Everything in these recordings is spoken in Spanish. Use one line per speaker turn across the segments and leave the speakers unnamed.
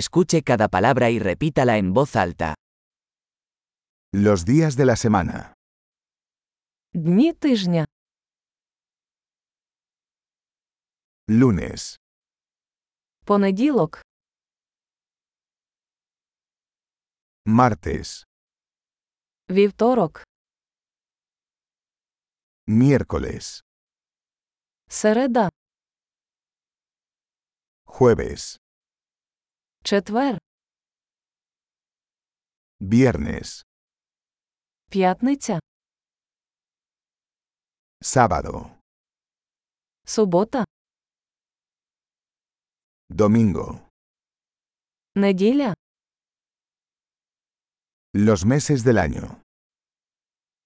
Escuche cada palabra y repítala en voz alta.
Los días de la semana.
Дні тижня.
Lunes,
Понеділок,
martes,
вівторок,
miércoles,
середа,
jueves,
четвер,
viernes,
п'ятниця,
sábado,
субота,
domingo.
неділя,
Los meses del año.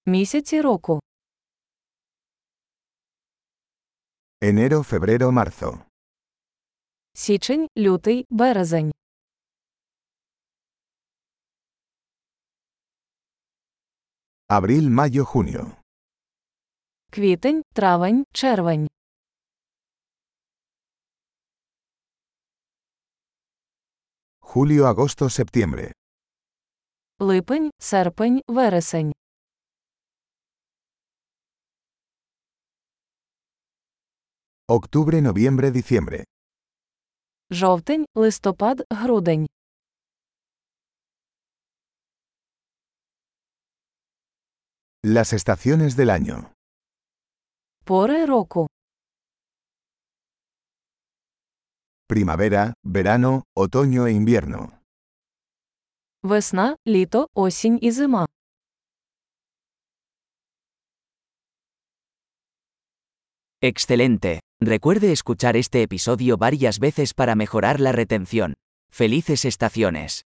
місяці року.
Enero, febrero, marzo.
Січень, лютий, березень.
Abril, mayo, junio.
Квітень, травень, червень.
Julio, agosto, septiembre.
Липень, серпень, вересень.
Octubre, noviembre, diciembre.
Жовтень, листопад, грудень.
Las estaciones del año.
Пори року.
Primavera, verano, otoño e invierno.
Весна, літо, осінь і зима.
Excelente. Recuerde escuchar este episodio varias veces para mejorar la retención. Felices estaciones.